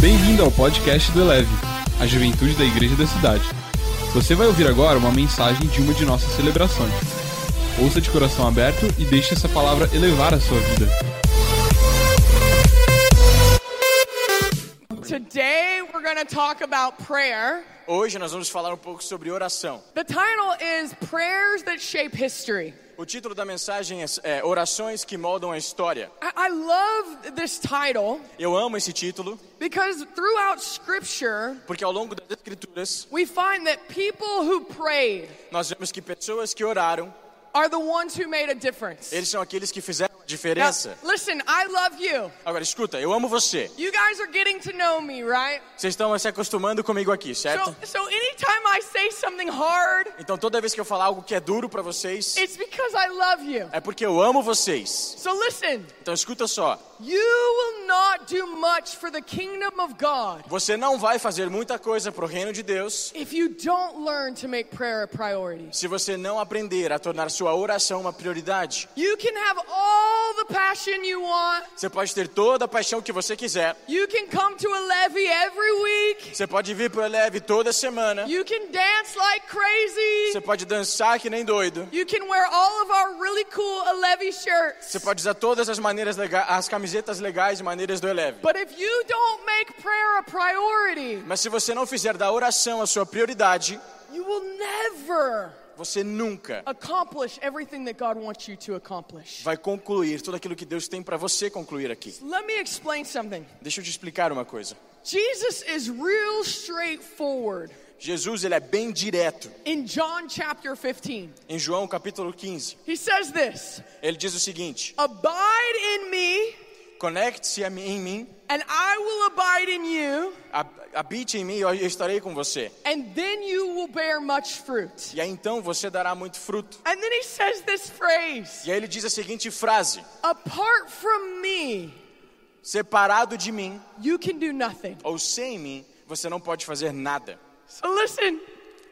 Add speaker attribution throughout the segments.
Speaker 1: Bem-vindo ao podcast do Eleve, a juventude da igreja da cidade. Você vai ouvir agora uma mensagem de uma de nossas celebrações. Ouça de coração aberto e deixe essa palavra elevar a sua vida.
Speaker 2: Today we're going to talk about prayer.
Speaker 3: Hoje nós vamos falar um pouco sobre oração.
Speaker 2: The title is Prayers That Shape History.
Speaker 3: O título da mensagem é, é, Orações que Moldam a História.
Speaker 2: I, I love this title
Speaker 3: Eu amo esse título
Speaker 2: because throughout Scripture
Speaker 3: porque ao longo das escrituras
Speaker 2: we find that people who prayed
Speaker 3: nós vemos que pessoas que oraram,
Speaker 2: are the ones who made a difference.
Speaker 3: eles são aqueles que fizeram a
Speaker 2: Now,
Speaker 3: diferença.
Speaker 2: listen, I love you.
Speaker 3: Agora escuta, eu amo você.
Speaker 2: You guys are getting to know me, right?
Speaker 3: Vocês estão se acostumando comigo aqui, certo?
Speaker 2: So, so anytime I say something hard,
Speaker 3: Então toda vez que eu falar algo que é duro para vocês,
Speaker 2: it's because I love you.
Speaker 3: é porque eu amo vocês.
Speaker 2: So listen,
Speaker 3: Então escuta só,
Speaker 2: you will not do much for the kingdom of God
Speaker 3: você não vai fazer muita coisa pro reino de Deus
Speaker 2: if you don't learn to make prayer a priority.
Speaker 3: se você não aprender a tornar sua oração uma prioridade.
Speaker 2: You can have all the passion you want.
Speaker 3: Você pode ter toda a paixão que você quiser.
Speaker 2: You can come to a levy every week.
Speaker 3: Você pode vir pro Eleve toda semana.
Speaker 2: You can dance like
Speaker 3: Você
Speaker 2: crazy.
Speaker 3: pode dançar que nem doido.
Speaker 2: You can wear all of our really cool Levy shirts.
Speaker 3: Você pode usar todas as maneiras legais, as camisetas legais e maneiras do Eleve.
Speaker 2: But if you don't make prayer a priority,
Speaker 3: Mas se você não fizer da oração a sua prioridade,
Speaker 2: you will never
Speaker 3: você nunca
Speaker 2: accomplish everything that God wants you to accomplish.
Speaker 3: vai concluir tudo aquilo que Deus tem para você concluir aqui.
Speaker 2: Let me explain something.
Speaker 3: Deixa eu te explicar uma coisa.
Speaker 2: Jesus is real straightforward
Speaker 3: Jesus, ele é bem direto.
Speaker 2: in John chapter 15.
Speaker 3: Em João capítulo 15,
Speaker 2: He says this
Speaker 3: ele diz o seguinte:
Speaker 2: Abide in me,
Speaker 3: Conecte-se a mim- em mim,
Speaker 2: and I will abide in you,
Speaker 3: hab- habite em mim e eu estarei com você.
Speaker 2: and then you will bear much fruit.
Speaker 3: E aí então você dará muito fruto.
Speaker 2: And then he says this phrase
Speaker 3: E aí ele diz a seguinte frase:
Speaker 2: Apart from me,
Speaker 3: Separado de mim,
Speaker 2: you can do nothing.
Speaker 3: ou sem mim, você não pode fazer nada.
Speaker 2: So listen,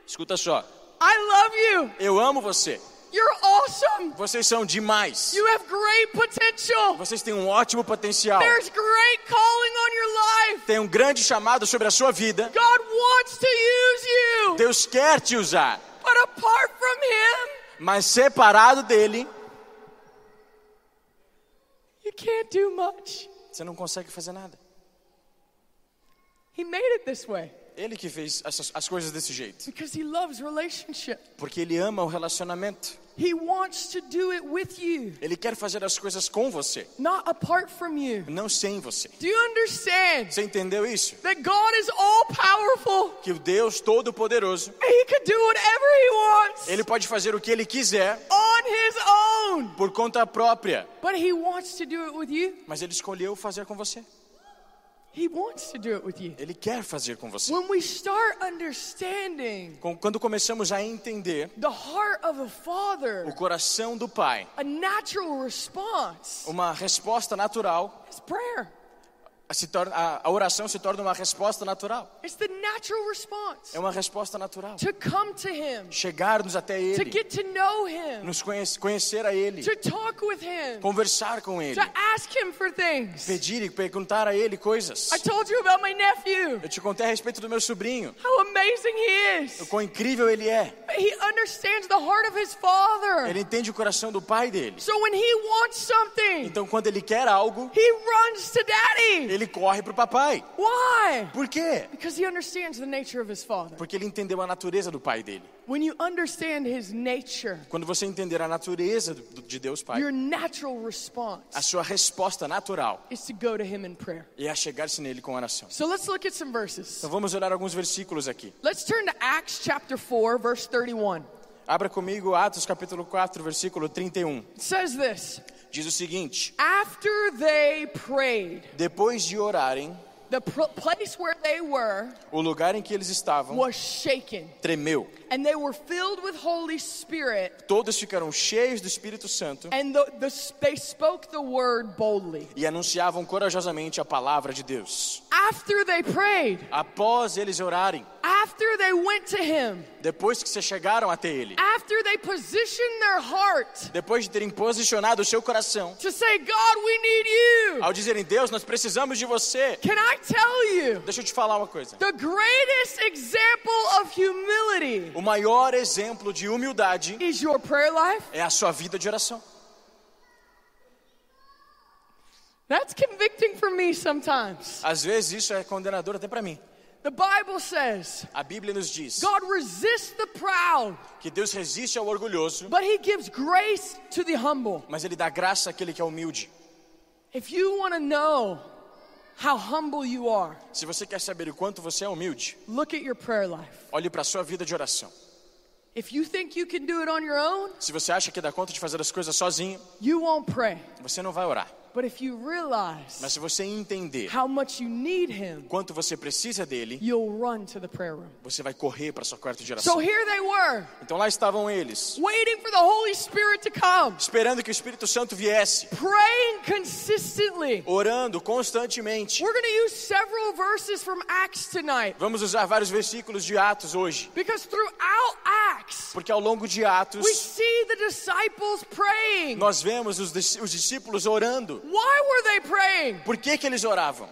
Speaker 3: Escuta só,
Speaker 2: I love you.
Speaker 3: eu amo você.
Speaker 2: You're awesome.
Speaker 3: Vocês são demais.
Speaker 2: You have great potential.
Speaker 3: Vocês têm um ótimo potencial.
Speaker 2: There's great calling on your life.
Speaker 3: Tem um grande chamado sobre a sua vida.
Speaker 2: God wants to use you.
Speaker 3: Deus quer te usar,
Speaker 2: But apart from him,
Speaker 3: mas separado dele,
Speaker 2: you can't do much.
Speaker 3: você não consegue fazer nada.
Speaker 2: He made it this way
Speaker 3: Ele que fez essas- as coisas desse jeito,
Speaker 2: because he loves relationship.
Speaker 3: porque ele ama o relacionamento.
Speaker 2: He wants to do it with you,
Speaker 3: Ele quer fazer as coisas com você,
Speaker 2: not apart from you.
Speaker 3: não sem você.
Speaker 2: Do you understand
Speaker 3: Você entendeu isso?
Speaker 2: that God is all powerful
Speaker 3: Que o Deus Todo-Poderoso,
Speaker 2: and he can do whatever he wants
Speaker 3: ele pode fazer o que ele quiser
Speaker 2: on his own?
Speaker 3: por conta própria,
Speaker 2: But he wants to do it with you.
Speaker 3: mas ele escolheu fazer com você.
Speaker 2: He wants to do it with you.
Speaker 3: Ele quer fazer com você.
Speaker 2: When we start understanding
Speaker 3: Com- Quando começamos a entender
Speaker 2: the heart of a
Speaker 3: o
Speaker 2: father,
Speaker 3: coração do Pai,
Speaker 2: a natural response
Speaker 3: uma resposta natural,
Speaker 2: is prayer.
Speaker 3: se torna, a, a oração se torna uma resposta natural.
Speaker 2: It's the natural response
Speaker 3: É uma resposta natural.
Speaker 2: to come to Him,
Speaker 3: Chegarmos até
Speaker 2: to
Speaker 3: Ele,
Speaker 2: get to know Him,
Speaker 3: nos conhece, conhecer a Ele,
Speaker 2: to talk with Him,
Speaker 3: conversar com Ele,
Speaker 2: to ask Him for things.
Speaker 3: pedir e perguntar a Ele coisas.
Speaker 2: I told you about my nephew,
Speaker 3: Eu te contei a respeito do meu sobrinho,
Speaker 2: how amazing he
Speaker 3: o
Speaker 2: is.
Speaker 3: quão incrível ele é.
Speaker 2: He understands the heart of his father.
Speaker 3: Ele entende o coração do Pai dele.
Speaker 2: So when he wants something,
Speaker 3: Então, quando ele quer algo,
Speaker 2: he runs to daddy.
Speaker 3: ele corre para o papai.
Speaker 2: Why?
Speaker 3: Por quê?
Speaker 2: Because he understands the nature of his father.
Speaker 3: Porque ele entendeu a natureza do Pai dele.
Speaker 2: When you understand his nature,
Speaker 3: Quando você entender a natureza do- do- de Deus Pai,
Speaker 2: your natural
Speaker 3: a
Speaker 2: response
Speaker 3: sua resposta natural
Speaker 2: is to go to him in prayer.
Speaker 3: é a chegar-se nele com oração.
Speaker 2: So let's look at some verses.
Speaker 3: Então vamos olhar alguns versículos aqui.
Speaker 2: Let's turn to Acts chapter 4, verse 31.
Speaker 3: Abra comigo Atos capítulo 4, versículo 31.
Speaker 2: It says this
Speaker 3: Diz o seguinte:
Speaker 2: After they prayed,
Speaker 3: Depois de orarem,
Speaker 2: the pr- place where they were
Speaker 3: o lugar em que eles estavam
Speaker 2: was shaken,
Speaker 3: tremeu.
Speaker 2: and they were filled with Holy Spirit,
Speaker 3: Todos ficaram cheios do Espírito Santo
Speaker 2: and the, the, they spoke the word boldly.
Speaker 3: e anunciavam corajosamente a palavra de Deus.
Speaker 2: After they prayed,
Speaker 3: Após eles orarem,
Speaker 2: after they went to him,
Speaker 3: Depois que vocês chegaram até ele,
Speaker 2: after they positioned their heart
Speaker 3: depois de terem posicionado o seu coração,
Speaker 2: to say, God, we need you,
Speaker 3: ao dizerem Deus, nós precisamos de você.
Speaker 2: can I tell you
Speaker 3: Deixa eu te falar uma coisa.
Speaker 2: the greatest example of humility
Speaker 3: O maior exemplo de humildade
Speaker 2: is your prayer life?
Speaker 3: é a sua vida de oração.
Speaker 2: That's convicting for me sometimes.
Speaker 3: Às vezes isso é condenador até para mim.
Speaker 2: The Bible says,
Speaker 3: A Bíblia nos diz
Speaker 2: God resists the proud,
Speaker 3: que Deus resiste ao orgulhoso,
Speaker 2: but he gives grace to the humble.
Speaker 3: mas ele dá graça àquele que é humilde.
Speaker 2: If you want to know how humble you are,
Speaker 3: Se você quer saber o quanto você é humilde,
Speaker 2: look at your prayer life.
Speaker 3: olhe para a sua vida de oração.
Speaker 2: If you think you can do it on your own,
Speaker 3: Se você acha que dá conta de fazer as coisas sozinho,
Speaker 2: you won't pray.
Speaker 3: você não vai orar.
Speaker 2: But if you
Speaker 3: Mas
Speaker 2: realize
Speaker 3: se você entender
Speaker 2: how much you need him,
Speaker 3: quanto você precisa dele,
Speaker 2: you'll run to the prayer room.
Speaker 3: você vai correr para sua quarta de
Speaker 2: So
Speaker 3: oração.
Speaker 2: here they were,
Speaker 3: Então lá estavam eles,
Speaker 2: waiting for the Holy Spirit to come,
Speaker 3: esperando que o Espírito Santo viesse,
Speaker 2: praying consistently.
Speaker 3: orando constantemente.
Speaker 2: We're going to use several verses from Acts tonight
Speaker 3: Vamos usar vários versículos de Atos hoje,
Speaker 2: because throughout Acts,
Speaker 3: porque ao longo de
Speaker 2: we
Speaker 3: Atos
Speaker 2: see the disciples praying.
Speaker 3: nós vemos os, dis- os discípulos orando.
Speaker 2: Why were they praying?
Speaker 3: Por que, que eles oravam?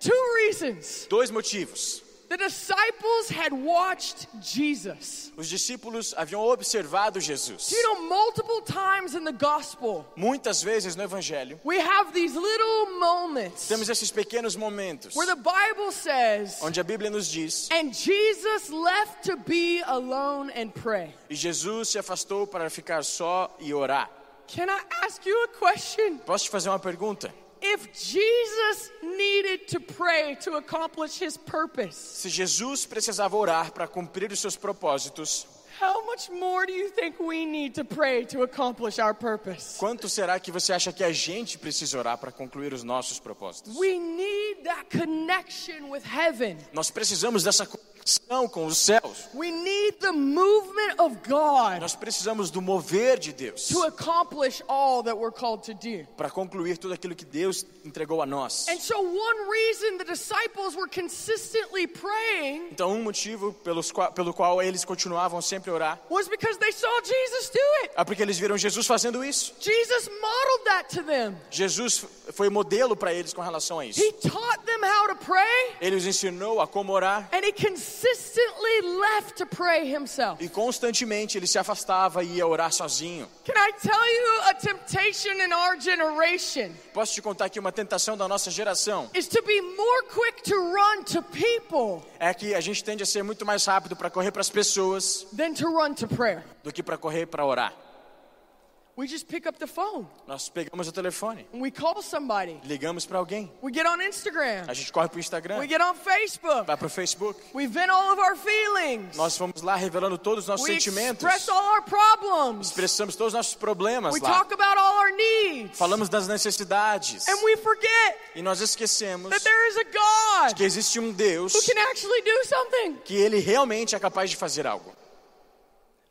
Speaker 2: Two reasons.
Speaker 3: Dois motivos.
Speaker 2: The disciples had watched Jesus.
Speaker 3: Os discípulos haviam observado Jesus.
Speaker 2: Do you know multiple times in the gospel
Speaker 3: Muitas vezes no Evangelho
Speaker 2: we have these little moments
Speaker 3: temos esses pequenos momentos
Speaker 2: where the Bible says,
Speaker 3: onde a Bíblia nos diz:
Speaker 2: and Jesus left to be alone and pray.
Speaker 3: E Jesus se afastou para ficar só e orar.
Speaker 2: Can I ask you a question?
Speaker 3: Posso te fazer uma pergunta?
Speaker 2: If Jesus needed to pray to accomplish his purpose,
Speaker 3: Se Jesus precisava orar para cumprir os seus propósitos,
Speaker 2: how much more do you think we need to pray to accomplish our purpose?
Speaker 3: quanto será que você acha que a gente precisa orar para concluir os nossos propósitos?
Speaker 2: We need that connection with heaven.
Speaker 3: Nós precisamos dessa conexão com os céus.
Speaker 2: We need the movement of God
Speaker 3: Nós precisamos do mover de Deus
Speaker 2: to accomplish all that we're called to do.
Speaker 3: para concluir tudo aquilo que Deus entregou a nós.
Speaker 2: And so, one reason the disciples were consistently praying
Speaker 3: Então, um motivo pelos qua- pelo qual eles continuavam sempre a orar
Speaker 2: was because they saw Jesus do it.
Speaker 3: é porque eles viram Jesus fazendo isso.
Speaker 2: Jesus modeled that to them.
Speaker 3: Jesus f- foi modelo para eles com relação a isso.
Speaker 2: He taught them how to pray,
Speaker 3: Ele os ensinou a como orar
Speaker 2: and he consistently left to pray himself.
Speaker 3: e constantemente ele se afastava e ia orar sozinho.
Speaker 2: Can I tell you a temptation in our generation
Speaker 3: Posso te contar que uma tentação da nossa geração
Speaker 2: is to be more quick to run to people
Speaker 3: é que a gente tende a ser muito mais rápido para correr para as pessoas
Speaker 2: than to run to prayer?
Speaker 3: do que para correr para orar.
Speaker 2: We just pick up the phone
Speaker 3: Nós pegamos o telefone,
Speaker 2: and we call somebody.
Speaker 3: ligamos para alguém,
Speaker 2: We get on
Speaker 3: a
Speaker 2: Instagram.
Speaker 3: gente corre para o Instagram,
Speaker 2: We get on Facebook.
Speaker 3: vai para o Facebook,
Speaker 2: We vent all of our feelings.
Speaker 3: nós vamos lá revelando todos os nossos
Speaker 2: We
Speaker 3: sentimentos,
Speaker 2: express all our problems.
Speaker 3: expressamos todos os nossos problemas
Speaker 2: We
Speaker 3: lá,
Speaker 2: talk about all our needs. And
Speaker 3: falamos das necessidades
Speaker 2: we forget
Speaker 3: e nós esquecemos
Speaker 2: that there is a God
Speaker 3: que existe um Deus
Speaker 2: who can actually do something.
Speaker 3: que ele realmente é capaz de fazer algo.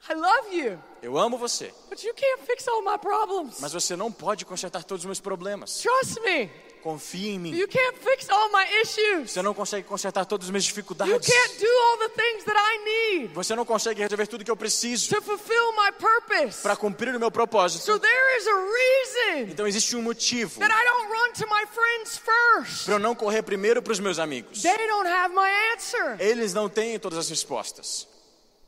Speaker 2: I love you,
Speaker 3: Eu amo você,
Speaker 2: but you can't fix all my problems.
Speaker 3: mas você não pode consertar todos os meus problemas.
Speaker 2: Trust me,
Speaker 3: Confie em mim.
Speaker 2: you can't fix all my issues.
Speaker 3: Você não consegue consertar todas as minhas
Speaker 2: You
Speaker 3: dificuldades.
Speaker 2: can't do all the things that I need
Speaker 3: Você não consegue resolver tudo que eu preciso
Speaker 2: to fulfill my purpose.
Speaker 3: para cumprir o meu propósito.
Speaker 2: So there is a reason
Speaker 3: Então existe um motivo
Speaker 2: that I don't run to my friends first.
Speaker 3: para eu não correr primeiro para os meus amigos.
Speaker 2: They don't have my answer.
Speaker 3: Eles não têm todas as respostas.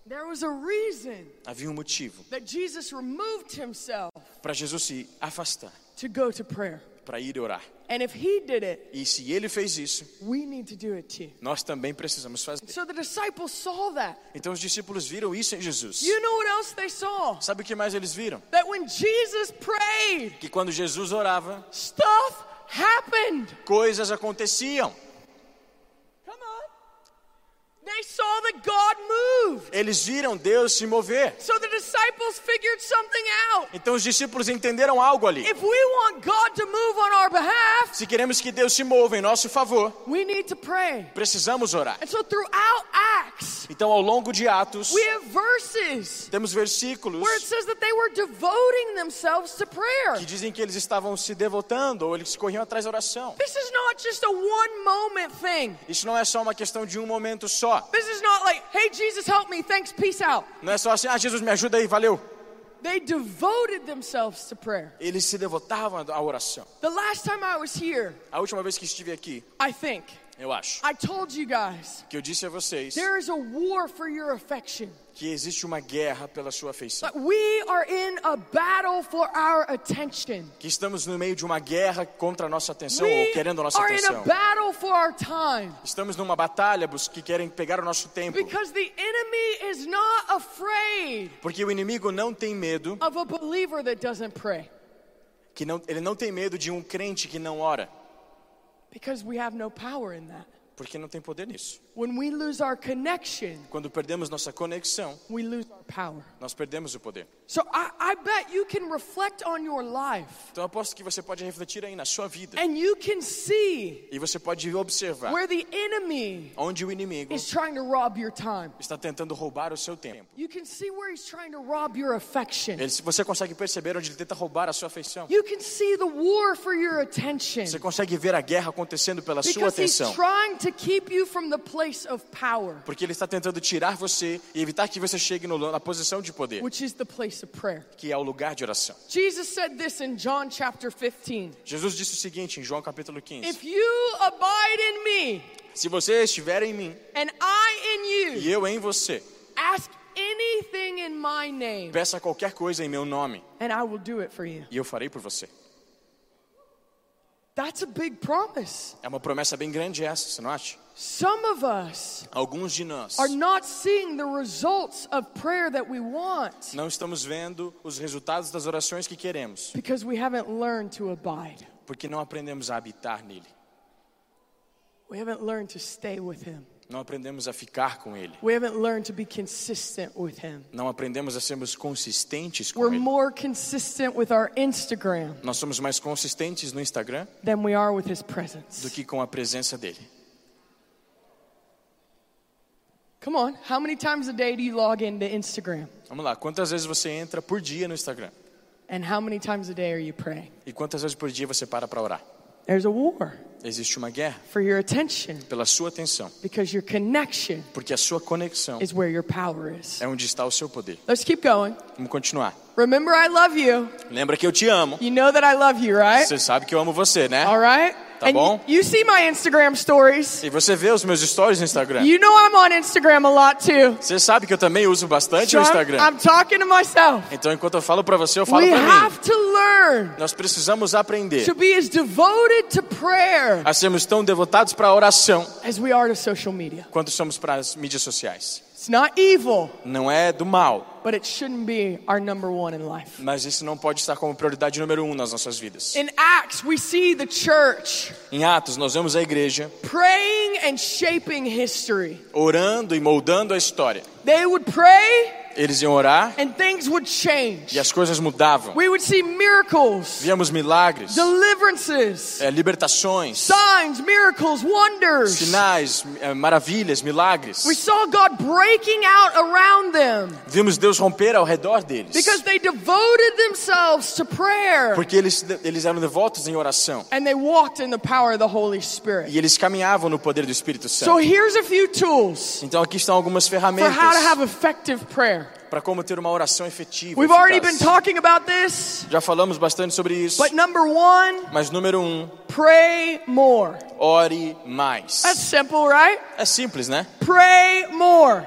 Speaker 2: There was a reason
Speaker 3: Havia um motivo
Speaker 2: that Jesus removed himself
Speaker 3: para Jesus se afastar,
Speaker 2: to go to prayer.
Speaker 3: para ir orar.
Speaker 2: And if he did it,
Speaker 3: E se ele fez isso,
Speaker 2: we need to do it too.
Speaker 3: nós também precisamos fazer.
Speaker 2: So the disciples saw that.
Speaker 3: Então os discípulos viram isso em Jesus.
Speaker 2: You know what else they saw?
Speaker 3: Sabe o que mais eles viram?
Speaker 2: That when Jesus prayed,
Speaker 3: Que quando Jesus orava,
Speaker 2: stuff happened.
Speaker 3: coisas aconteciam.
Speaker 2: Come on. They saw that God moved.
Speaker 3: Eles viram Deus se mover.
Speaker 2: So the disciples figured something out.
Speaker 3: Então os discípulos entenderam algo ali.
Speaker 2: If we want God to move on our behalf,
Speaker 3: Se queremos que Deus se mova em nosso favor,
Speaker 2: we need to pray.
Speaker 3: precisamos orar.
Speaker 2: And so throughout Acts,
Speaker 3: Então, ao longo de Atos,
Speaker 2: we have verses
Speaker 3: temos versículos
Speaker 2: where it says that they were devoting themselves to prayer.
Speaker 3: que dizem que eles estavam se devotando ou eles corriam atrás da oração.
Speaker 2: This is not just a one moment thing.
Speaker 3: Isso não é só uma questão de um momento só.
Speaker 2: This is not like, hey, Jesus, help me. Thanks, peace out.
Speaker 3: Não é só assim, ah, Jesus, me ajuda aí, valeu.
Speaker 2: They devoted themselves to prayer.
Speaker 3: Eles se devotavam à oração.
Speaker 2: The last time I was here,
Speaker 3: A última vez que estive aqui,
Speaker 2: I think,
Speaker 3: eu acho,
Speaker 2: I told you guys
Speaker 3: que eu disse a vocês
Speaker 2: there is a war for your affection.
Speaker 3: que existe uma guerra pela sua afeição.
Speaker 2: Like, we are in a battle for our attention.
Speaker 3: Que estamos no meio de uma guerra contra a nossa atenção ou
Speaker 2: We
Speaker 3: querendo a nossa
Speaker 2: are in
Speaker 3: atenção.
Speaker 2: a battle for our time
Speaker 3: Estamos numa batalha bus- que querem pegar o nosso tempo.
Speaker 2: because the enemy is not afraid
Speaker 3: Porque o inimigo não tem medo,
Speaker 2: of a believer that doesn't pray
Speaker 3: que não, ele não tem medo de um crente que não ora,
Speaker 2: because we have no power in that.
Speaker 3: porque não tem poder nisso.
Speaker 2: When we lose our connection,
Speaker 3: Quando perdemos nossa conexão,
Speaker 2: we lose our power.
Speaker 3: nós perdemos o poder.
Speaker 2: So I, I bet you can reflect on your life
Speaker 3: Então eu aposto que você pode refletir aí na sua vida
Speaker 2: and you can see
Speaker 3: e você pode observar
Speaker 2: where the enemy
Speaker 3: onde o inimigo
Speaker 2: is trying to rob your time.
Speaker 3: está tentando roubar o seu tempo.
Speaker 2: You can see where he's trying to rob your affection.
Speaker 3: Ele, se você consegue perceber onde ele tenta roubar a sua afeição.
Speaker 2: You can see the war for your attention
Speaker 3: Você consegue ver a guerra acontecendo pela sua
Speaker 2: because he's
Speaker 3: atenção.
Speaker 2: trying to keep you from the place of power,
Speaker 3: Porque ele está tentando tirar você e evitar que você chegue no- na posição de poder,
Speaker 2: which is the place of prayer.
Speaker 3: que é o lugar de oração.
Speaker 2: Jesus said this in John chapter 15
Speaker 3: Jesus disse o seguinte em João capítulo 15:
Speaker 2: If you abide in me
Speaker 3: Se você estiver em mim
Speaker 2: and I in
Speaker 3: e
Speaker 2: you,
Speaker 3: eu em você,
Speaker 2: ask anything in my name
Speaker 3: peça qualquer coisa em meu nome
Speaker 2: and I will do it for you.
Speaker 3: e eu farei por você.
Speaker 2: That's a big promise.
Speaker 3: É uma promessa bem grande essa, você não acha?
Speaker 2: Some of us
Speaker 3: Alguns de nós
Speaker 2: are not seeing the results of prayer that we want
Speaker 3: não estamos vendo os resultados das orações que queremos,
Speaker 2: because we haven't learned to abide.
Speaker 3: porque não aprendemos a habitar nele,
Speaker 2: We haven't learned to stay with Him.
Speaker 3: não aprendemos a ficar com ele,
Speaker 2: We haven't learned to be consistent with Him.
Speaker 3: não aprendemos a sermos consistentes com
Speaker 2: We're
Speaker 3: ele.
Speaker 2: more consistent with our Instagram
Speaker 3: Nós somos mais consistentes no Instagram
Speaker 2: than we are with His
Speaker 3: do
Speaker 2: presence.
Speaker 3: que com a presença dele.
Speaker 2: Come on, how many times a day do you log into Instagram?
Speaker 3: Vamos lá, quantas vezes você entra por dia no Instagram?
Speaker 2: And how many times a day are you praying?
Speaker 3: E quantas vezes por dia você para para orar?
Speaker 2: There's a war
Speaker 3: Existe uma guerra
Speaker 2: for your attention
Speaker 3: pela sua atenção,
Speaker 2: because your connection
Speaker 3: porque a sua conexão
Speaker 2: is where your power is.
Speaker 3: é onde está o seu poder.
Speaker 2: Let's keep going.
Speaker 3: Vamos continuar.
Speaker 2: Remember, I love you.
Speaker 3: Lembra que eu te amo.
Speaker 2: You know that I love you, right?
Speaker 3: Você sabe que eu amo você, né?
Speaker 2: All right?
Speaker 3: Tá
Speaker 2: and
Speaker 3: bom.
Speaker 2: You, you see my Instagram stories.
Speaker 3: E você vê os meus stories no Instagram.
Speaker 2: You know I'm on Instagram a lot too.
Speaker 3: Você sabe que eu também uso bastante
Speaker 2: So
Speaker 3: o
Speaker 2: I'm,
Speaker 3: Instagram.
Speaker 2: I'm talking to myself.
Speaker 3: Então, enquanto eu falo pra você, eu falo
Speaker 2: We
Speaker 3: pra mim.
Speaker 2: have to learn
Speaker 3: Nós precisamos aprender
Speaker 2: to be as devoted to prayer
Speaker 3: a sermos tão devotados pra oração
Speaker 2: as we are to social media.
Speaker 3: quanto somos para as mídias sociais.
Speaker 2: It's not evil,
Speaker 3: Não é do mal,
Speaker 2: but it shouldn't be our number one in life.
Speaker 3: mas isso não pode estar como prioridade número um nas nossas vidas.
Speaker 2: In Acts, we see the church
Speaker 3: Em Atos, nós vemos a igreja
Speaker 2: praying and shaping history.
Speaker 3: orando e moldando a história.
Speaker 2: They would pray
Speaker 3: Eles iam orar
Speaker 2: and things would change.
Speaker 3: e as coisas mudavam.
Speaker 2: We would see miracles,
Speaker 3: Víamos milagres,
Speaker 2: deliverances,
Speaker 3: eh, libertações,
Speaker 2: signs, miracles, wonders.
Speaker 3: sinais, eh, maravilhas, milagres.
Speaker 2: We saw God breaking out around them
Speaker 3: Vimos Deus romper ao redor deles.
Speaker 2: because they devoted themselves to prayer
Speaker 3: Porque eles, eles eram devotos em oração.
Speaker 2: and they walked in the power of the Holy Spirit.
Speaker 3: E eles caminhavam no poder do Espírito
Speaker 2: So
Speaker 3: Santo.
Speaker 2: here's a few tools
Speaker 3: Então aqui estão algumas
Speaker 2: for how to
Speaker 3: ferramentas
Speaker 2: have effective prayer.
Speaker 3: para como ter uma oração efetiva.
Speaker 2: We've already been
Speaker 3: eficaz.
Speaker 2: talking about this,
Speaker 3: Já falamos bastante sobre isso.
Speaker 2: but number one,
Speaker 3: Mas número um,
Speaker 2: pray more.
Speaker 3: ore mais.
Speaker 2: That's simple, right?
Speaker 3: É simples, né?
Speaker 2: Pray more.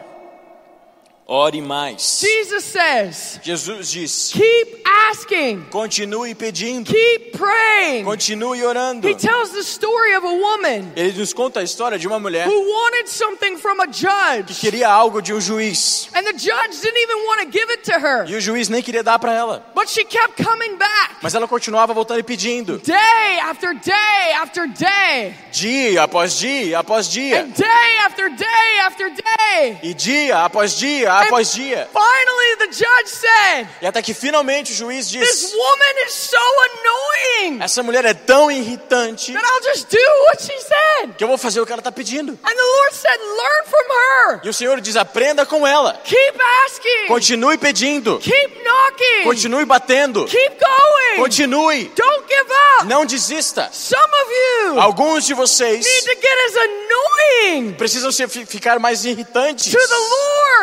Speaker 3: Ore mais.
Speaker 2: Jesus says,
Speaker 3: Jesus diz:
Speaker 2: keep asking,
Speaker 3: continue pedindo,
Speaker 2: keep praying.
Speaker 3: continue orando.
Speaker 2: He tells the story of a woman
Speaker 3: Ele nos conta a história de uma mulher
Speaker 2: who wanted something from a
Speaker 3: que
Speaker 2: judge.
Speaker 3: queria algo de um juiz.
Speaker 2: And the judge didn't even want to give it to her.
Speaker 3: E o juiz nem queria dar para ela.
Speaker 2: But she kept coming back
Speaker 3: Mas ela continuava voltando e pedindo.
Speaker 2: day after day after day
Speaker 3: Dia após dia após dia.
Speaker 2: and day after day after day.
Speaker 3: E dia após dia após dia.
Speaker 2: Finally, the judge said,
Speaker 3: E até que finalmente o juiz
Speaker 2: This
Speaker 3: diz:
Speaker 2: woman is so annoying
Speaker 3: Essa mulher é tão irritante
Speaker 2: that I'll just do what she said.
Speaker 3: que eu vou fazer o que ela está pedindo.
Speaker 2: And the Lord said, Learn from her.
Speaker 3: E o Senhor diz: aprenda com ela.
Speaker 2: Keep asking.
Speaker 3: Continue pedindo.
Speaker 2: Keep knocking.
Speaker 3: Continue batendo.
Speaker 2: Keep going.
Speaker 3: Continue.
Speaker 2: Don't give up.
Speaker 3: Não desista.
Speaker 2: Some of you
Speaker 3: Alguns de vocês
Speaker 2: need to get as annoying
Speaker 3: precisam se fi- ficar mais irritantes
Speaker 2: to the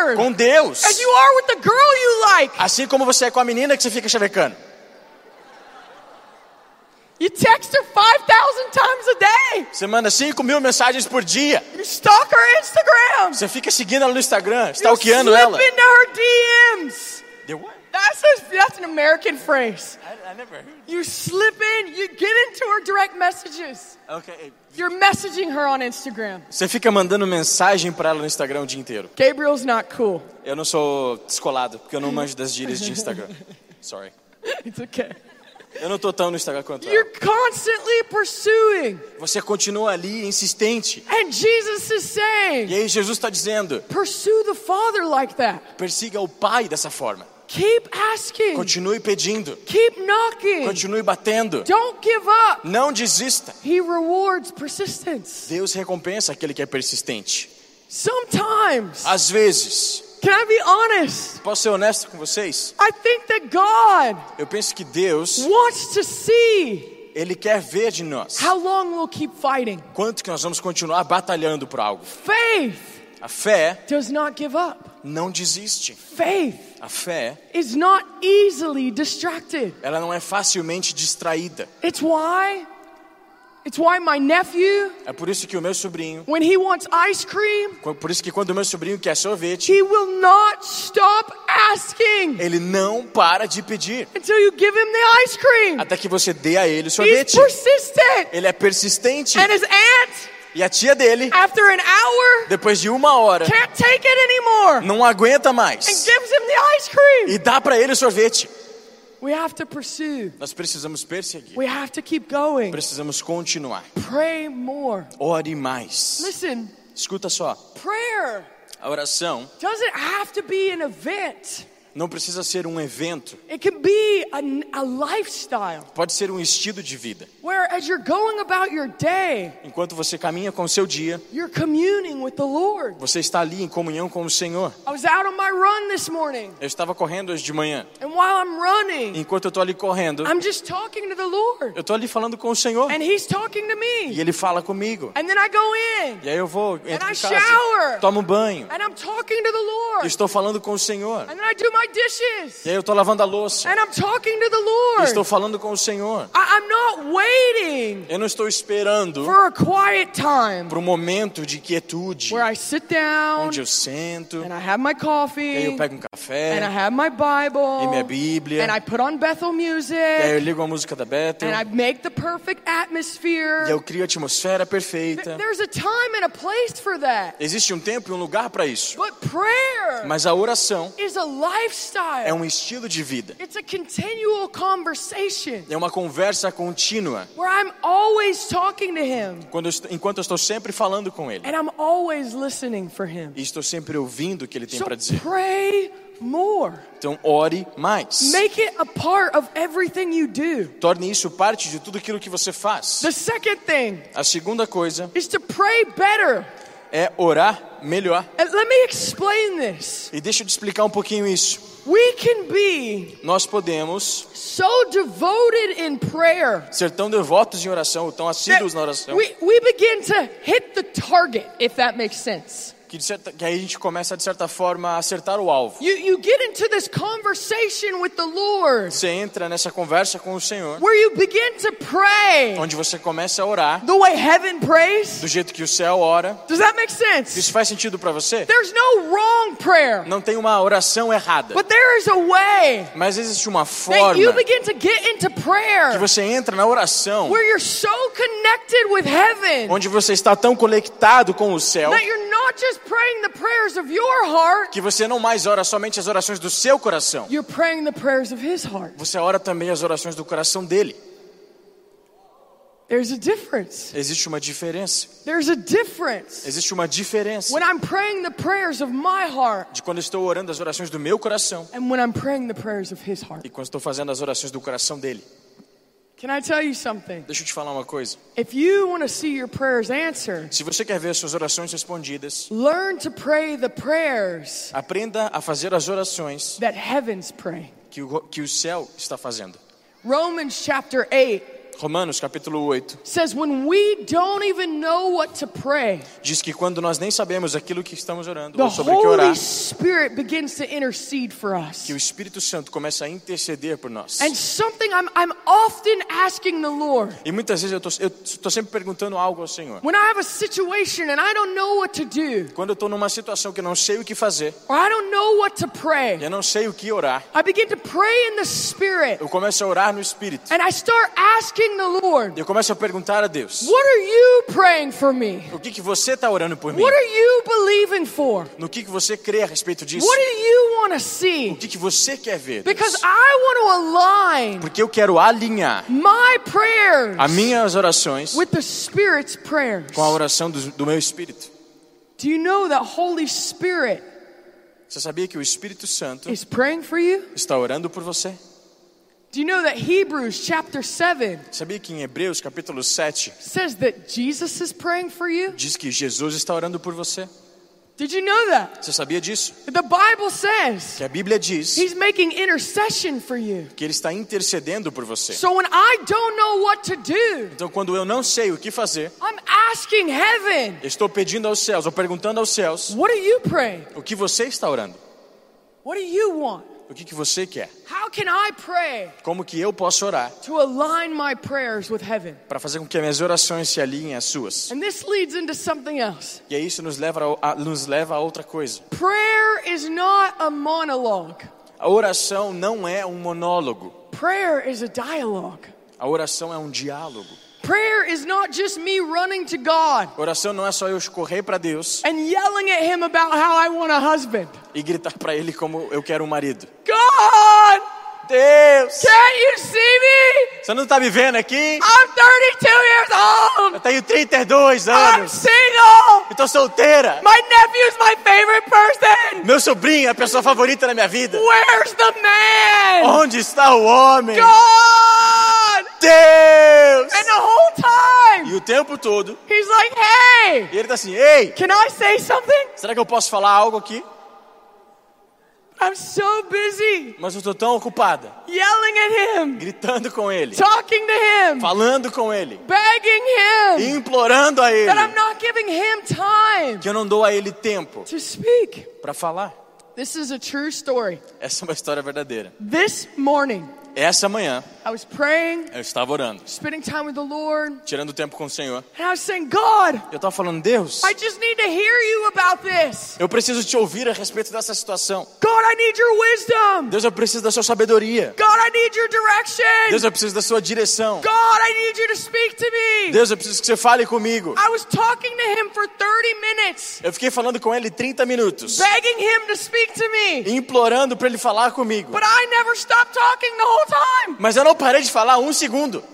Speaker 2: Lord
Speaker 3: com Deus.
Speaker 2: as you are with the girl you like.
Speaker 3: Assim como você é com a menina que você fica chavecando.
Speaker 2: You text her 5,000 times a day.
Speaker 3: Você manda 5 mil mensagens por dia.
Speaker 2: You stalk her Instagram.
Speaker 3: Você fica seguindo ela no Instagram,
Speaker 2: You
Speaker 3: stalkeando
Speaker 2: slip
Speaker 3: ela.
Speaker 2: into her DMs.
Speaker 3: Deu what?
Speaker 2: That's, a, that's an American phrase.
Speaker 3: I, I never heard.
Speaker 2: You slip in, you get into her direct messages.
Speaker 3: Okay.
Speaker 2: You're messaging her on Instagram.
Speaker 3: Você fica mandando mensagem pra ela no Instagram o dia inteiro.
Speaker 2: Gabriel's not cool.
Speaker 3: Eu não sou descolado, porque eu não manjo das gírias de Instagram. Sorry.
Speaker 2: It's okay.
Speaker 3: Eu não tô tão no Instagram quanto
Speaker 2: You're
Speaker 3: ela.
Speaker 2: constantly pursuing.
Speaker 3: Você continua ali insistente.
Speaker 2: And Jesus is
Speaker 3: E
Speaker 2: saying,
Speaker 3: aí Jesus está dizendo:
Speaker 2: pursue the Father like that.
Speaker 3: persiga o Pai dessa forma.
Speaker 2: Keep asking.
Speaker 3: Continue pedindo.
Speaker 2: Keep knocking.
Speaker 3: Continue batendo.
Speaker 2: Don't give up.
Speaker 3: Não desista.
Speaker 2: He rewards persistence.
Speaker 3: Deus recompensa aquele que é persistente.
Speaker 2: Sometimes,
Speaker 3: Às vezes,
Speaker 2: can I be honest?
Speaker 3: posso ser honesto com vocês?
Speaker 2: I think that God
Speaker 3: Eu penso que Deus,
Speaker 2: wants to see
Speaker 3: Ele quer ver de nós
Speaker 2: how long we'll keep fighting.
Speaker 3: quanto que nós vamos continuar batalhando por algo.
Speaker 2: Faith
Speaker 3: A fé
Speaker 2: does not give up.
Speaker 3: não desiste.
Speaker 2: Faith
Speaker 3: A fé,
Speaker 2: is not easily distracted.
Speaker 3: ela não é facilmente distraída.
Speaker 2: It's why it's why my nephew
Speaker 3: É por isso que o meu sobrinho,
Speaker 2: when he wants ice cream,
Speaker 3: por isso que quando o meu sobrinho quer sorvete,
Speaker 2: he will not stop asking
Speaker 3: ele não para de pedir
Speaker 2: until you give him the ice cream.
Speaker 3: até que você dê a ele o
Speaker 2: He's
Speaker 3: sorvete.
Speaker 2: persistent.
Speaker 3: Ele é persistente.
Speaker 2: And his aunt
Speaker 3: E a tia dele,
Speaker 2: after an hour
Speaker 3: depois de uma hora,
Speaker 2: can't take it anymore and
Speaker 3: não aguenta mais
Speaker 2: gives him the ice cream.
Speaker 3: e dá pra ele o sorvete.
Speaker 2: We have to pursue.
Speaker 3: Nós precisamos perseguir.
Speaker 2: We have to keep going.
Speaker 3: Precisamos continuar.
Speaker 2: Pray more.
Speaker 3: Ore mais.
Speaker 2: Listen,
Speaker 3: Escuta só.
Speaker 2: prayer
Speaker 3: A oração
Speaker 2: doesn't have to be an event.
Speaker 3: não precisa ser um evento.
Speaker 2: It can be a, a lifestyle
Speaker 3: Pode ser um estilo de vida.
Speaker 2: where, as you're going about your day,
Speaker 3: Enquanto você caminha com o seu dia,
Speaker 2: you're communing with the Lord.
Speaker 3: você está ali em comunhão com o Senhor.
Speaker 2: I was out on my run this morning,
Speaker 3: Eu estava correndo hoje de manhã.
Speaker 2: and while I'm running,
Speaker 3: Enquanto eu estou ali correndo,
Speaker 2: I'm just talking to the Lord,
Speaker 3: eu estou ali falando com o Senhor.
Speaker 2: and He's talking to
Speaker 3: E
Speaker 2: me.
Speaker 3: Ele fala comigo.
Speaker 2: And then I go in,
Speaker 3: E aí eu vou, entro em
Speaker 2: And I
Speaker 3: casa,
Speaker 2: shower.
Speaker 3: tomo um banho.
Speaker 2: and I'm talking to
Speaker 3: Eu
Speaker 2: the Lord,
Speaker 3: estou falando com o Senhor.
Speaker 2: and then I do my dishes,
Speaker 3: E aí eu estou lavando a louça.
Speaker 2: and I'm talking to
Speaker 3: Eu
Speaker 2: the
Speaker 3: estou
Speaker 2: Lord.
Speaker 3: falando com o Senhor.
Speaker 2: I, I'm not waiting
Speaker 3: Eu não estou esperando
Speaker 2: for a quiet time
Speaker 3: para um momento de quietude,
Speaker 2: where I sit down
Speaker 3: onde eu sento,
Speaker 2: and I have my
Speaker 3: e aí eu
Speaker 2: coffee
Speaker 3: pego um
Speaker 2: and I
Speaker 3: café,
Speaker 2: have my Bible
Speaker 3: e minha Bíblia,
Speaker 2: and I put on Bethel
Speaker 3: e aí eu
Speaker 2: music
Speaker 3: ligo a música da Bethel,
Speaker 2: and I
Speaker 3: e
Speaker 2: make the perfect
Speaker 3: eu
Speaker 2: atmosphere.
Speaker 3: crio a atmosfera
Speaker 2: Th-
Speaker 3: perfeita.
Speaker 2: There's a time and a place for that.
Speaker 3: Existe um tempo e um lugar para isso.
Speaker 2: But prayer
Speaker 3: Mas a oração
Speaker 2: is a
Speaker 3: é
Speaker 2: lifestyle.
Speaker 3: um estilo de vida.
Speaker 2: It's a continual conversation
Speaker 3: É uma conversa contínua.
Speaker 2: where I'm always talking to him
Speaker 3: Quando eu estou- enquanto eu estou sempre falando com ele.
Speaker 2: and I'm always listening for him.
Speaker 3: E estou sempre ouvindo o que ele tem
Speaker 2: So
Speaker 3: para dizer.
Speaker 2: pray more.
Speaker 3: Então ore mais.
Speaker 2: Make it a part of everything you do.
Speaker 3: Torne isso parte de tudo aquilo que você faz.
Speaker 2: The second thing
Speaker 3: A segunda coisa
Speaker 2: is to pray better.
Speaker 3: é orar melhor.
Speaker 2: And let me explain this.
Speaker 3: E deixa eu te explicar um pouquinho isso.
Speaker 2: We can be
Speaker 3: Nós podemos
Speaker 2: so devoted in prayer
Speaker 3: ser tão devotos em oração, ou tão assíduos na
Speaker 2: that
Speaker 3: oração,
Speaker 2: we, we begin to hit the target, if that makes sense.
Speaker 3: que, de certa, que aí a gente começa, de certa forma, a acertar o alvo.
Speaker 2: You, you get into this conversation with the Lord
Speaker 3: Você entra nessa conversa com o Senhor,
Speaker 2: where you begin to pray
Speaker 3: onde você começa a orar
Speaker 2: the way heaven prays.
Speaker 3: do jeito que o céu ora.
Speaker 2: Does that make sense?
Speaker 3: Isso faz sentido para você?
Speaker 2: There's no wrong prayer,
Speaker 3: Não tem uma oração errada,
Speaker 2: but there is a way
Speaker 3: mas existe uma
Speaker 2: that you
Speaker 3: forma
Speaker 2: begin to get into
Speaker 3: que
Speaker 2: prayer
Speaker 3: você entra na oração,
Speaker 2: where you're so connected with heaven
Speaker 3: onde você está tão conectado com o céu,
Speaker 2: that you're not just praying the prayers of your heart,
Speaker 3: que você não mais ora somente as orações do seu coração,
Speaker 2: you're praying the prayers of his heart.
Speaker 3: você ora também as orações do coração dele.
Speaker 2: There's a difference.
Speaker 3: Existe uma diferença.
Speaker 2: There's a difference.
Speaker 3: Existe uma diferença
Speaker 2: When I'm praying the prayers of my heart
Speaker 3: de quando eu estou orando as orações do meu coração
Speaker 2: and when I'm praying the prayers of his heart.
Speaker 3: e quando estou fazendo as orações do coração dele.
Speaker 2: Can I tell you something?
Speaker 3: Deixa eu te falar uma coisa.
Speaker 2: If you want to see your prayers answered,
Speaker 3: Se você quer ver suas orações respondidas,
Speaker 2: learn to pray the prayers
Speaker 3: aprenda a fazer as orações
Speaker 2: that heavens pray.
Speaker 3: que o, que o céu está fazendo.
Speaker 2: Romans chapter 8
Speaker 3: Romanos capítulo 8
Speaker 2: says, When we don't even know what to pray,
Speaker 3: diz que quando nós nem sabemos aquilo que estamos orando
Speaker 2: the
Speaker 3: ou sobre o que orar,
Speaker 2: Holy Spirit begins to intercede for us.
Speaker 3: que o Espírito Santo começa a interceder por nós.
Speaker 2: And something I'm, I'm often asking the Lord
Speaker 3: E muitas vezes eu tô, eu tô sempre perguntando algo ao Senhor.
Speaker 2: when I have a situation and I don't know what to do,
Speaker 3: Quando eu estou numa situação que eu não sei o que fazer,
Speaker 2: or I don't know what to pray,
Speaker 3: eu não sei o que orar,
Speaker 2: I begin to pray in the Spirit
Speaker 3: eu começo a orar no Espírito.
Speaker 2: and I start asking the Lord,
Speaker 3: Eu começo a perguntar a Deus:
Speaker 2: What are you praying for me?
Speaker 3: o que, que você está orando por mim?
Speaker 2: What are you believing for?
Speaker 3: No que, que você crê a respeito disso?
Speaker 2: What do you want to
Speaker 3: O
Speaker 2: see?
Speaker 3: que, que você quer ver? Deus?
Speaker 2: Because I want to
Speaker 3: Porque eu quero alinhar
Speaker 2: align my prayers
Speaker 3: as minhas orações
Speaker 2: with the Spirit's prayers.
Speaker 3: com a oração do, do meu Espírito.
Speaker 2: Do you know that Holy Spirit
Speaker 3: Você sabia que o Espírito Santo
Speaker 2: is praying for you?
Speaker 3: está orando por você?
Speaker 2: Do you know that Hebrews chapter 7
Speaker 3: Sabia que em Hebreus capítulo 7
Speaker 2: says that Jesus is praying for you?
Speaker 3: diz que Jesus está orando por você?
Speaker 2: Did you know that?
Speaker 3: Você sabia disso?
Speaker 2: The Bible says
Speaker 3: Que a Bíblia diz
Speaker 2: He's making intercession for you.
Speaker 3: que ele está intercedendo por você.
Speaker 2: So when I don't know what to do,
Speaker 3: Então, quando eu não sei o que fazer,
Speaker 2: I'm asking heaven,
Speaker 3: eu estou pedindo aos céus, ou perguntando aos céus,
Speaker 2: what are you praying?
Speaker 3: o que você está orando?
Speaker 2: What do you want?
Speaker 3: O que, que você quer?
Speaker 2: How can I pray
Speaker 3: Como que eu posso orar
Speaker 2: to align my prayers with heaven?
Speaker 3: para fazer com que as minhas orações se alinhem às suas?
Speaker 2: And this leads into something else.
Speaker 3: E aí isso nos leva a, a- nos leva a outra coisa.
Speaker 2: Prayer is not a monologue.
Speaker 3: A oração não é um monólogo.
Speaker 2: Prayer is a dialogue.
Speaker 3: A oração é um diálogo.
Speaker 2: Prayer is not just me running to God
Speaker 3: A oração não é só eu correr para Deus
Speaker 2: and yelling at him about how I want a husband.
Speaker 3: e gritar para Ele como eu quero um marido.
Speaker 2: God,
Speaker 3: Deus,
Speaker 2: can't you see me?
Speaker 3: você não está me vendo aqui?
Speaker 2: I'm 32 years old.
Speaker 3: Eu tenho 32
Speaker 2: I'm
Speaker 3: anos.
Speaker 2: single.
Speaker 3: Eu tô solteira.
Speaker 2: My nephew's my favorite person.
Speaker 3: Meu sobrinho é a pessoa favorita da minha vida.
Speaker 2: Where's the man?
Speaker 3: Onde está o homem?
Speaker 2: God!
Speaker 3: Deus!
Speaker 2: And the whole time,
Speaker 3: E o tempo todo,
Speaker 2: he's like, hey,
Speaker 3: e ele tá assim, ei,
Speaker 2: can I say something?
Speaker 3: será que eu posso falar algo aqui?
Speaker 2: I'm so busy
Speaker 3: Mas eu tô tão ocupada,
Speaker 2: yelling at him,
Speaker 3: gritando com ele,
Speaker 2: talking to him,
Speaker 3: falando com ele,
Speaker 2: begging
Speaker 3: e
Speaker 2: him,
Speaker 3: implorando a
Speaker 2: that I'm
Speaker 3: ele,
Speaker 2: not giving him time
Speaker 3: que eu não dou a ele tempo
Speaker 2: to speak.
Speaker 3: para falar.
Speaker 2: This is a true story.
Speaker 3: Essa é uma história verdadeira.
Speaker 2: This morning,
Speaker 3: Essa manhã,
Speaker 2: I was praying,
Speaker 3: eu estava orando,
Speaker 2: spending time with the Lord, and
Speaker 3: tirando tempo com o Senhor.
Speaker 2: I was saying, God,
Speaker 3: Eu tava falando, Deus,
Speaker 2: I just need to hear you about this.
Speaker 3: eu preciso te ouvir a respeito dessa situação.
Speaker 2: God, I need your wisdom.
Speaker 3: Deus, eu preciso da sua sabedoria.
Speaker 2: God, I need your direction.
Speaker 3: Deus, eu preciso da sua direção.
Speaker 2: God, I need you to speak to me.
Speaker 3: Deus, eu preciso que você fale comigo.
Speaker 2: I was talking to him for 30 minutes,
Speaker 3: Eu fiquei falando com ele 30 minutos,
Speaker 2: begging him to speak to me.
Speaker 3: implorando para ele falar comigo.
Speaker 2: But I never stopped talking the whole time.
Speaker 3: Mas eu não parei de falar um segundo.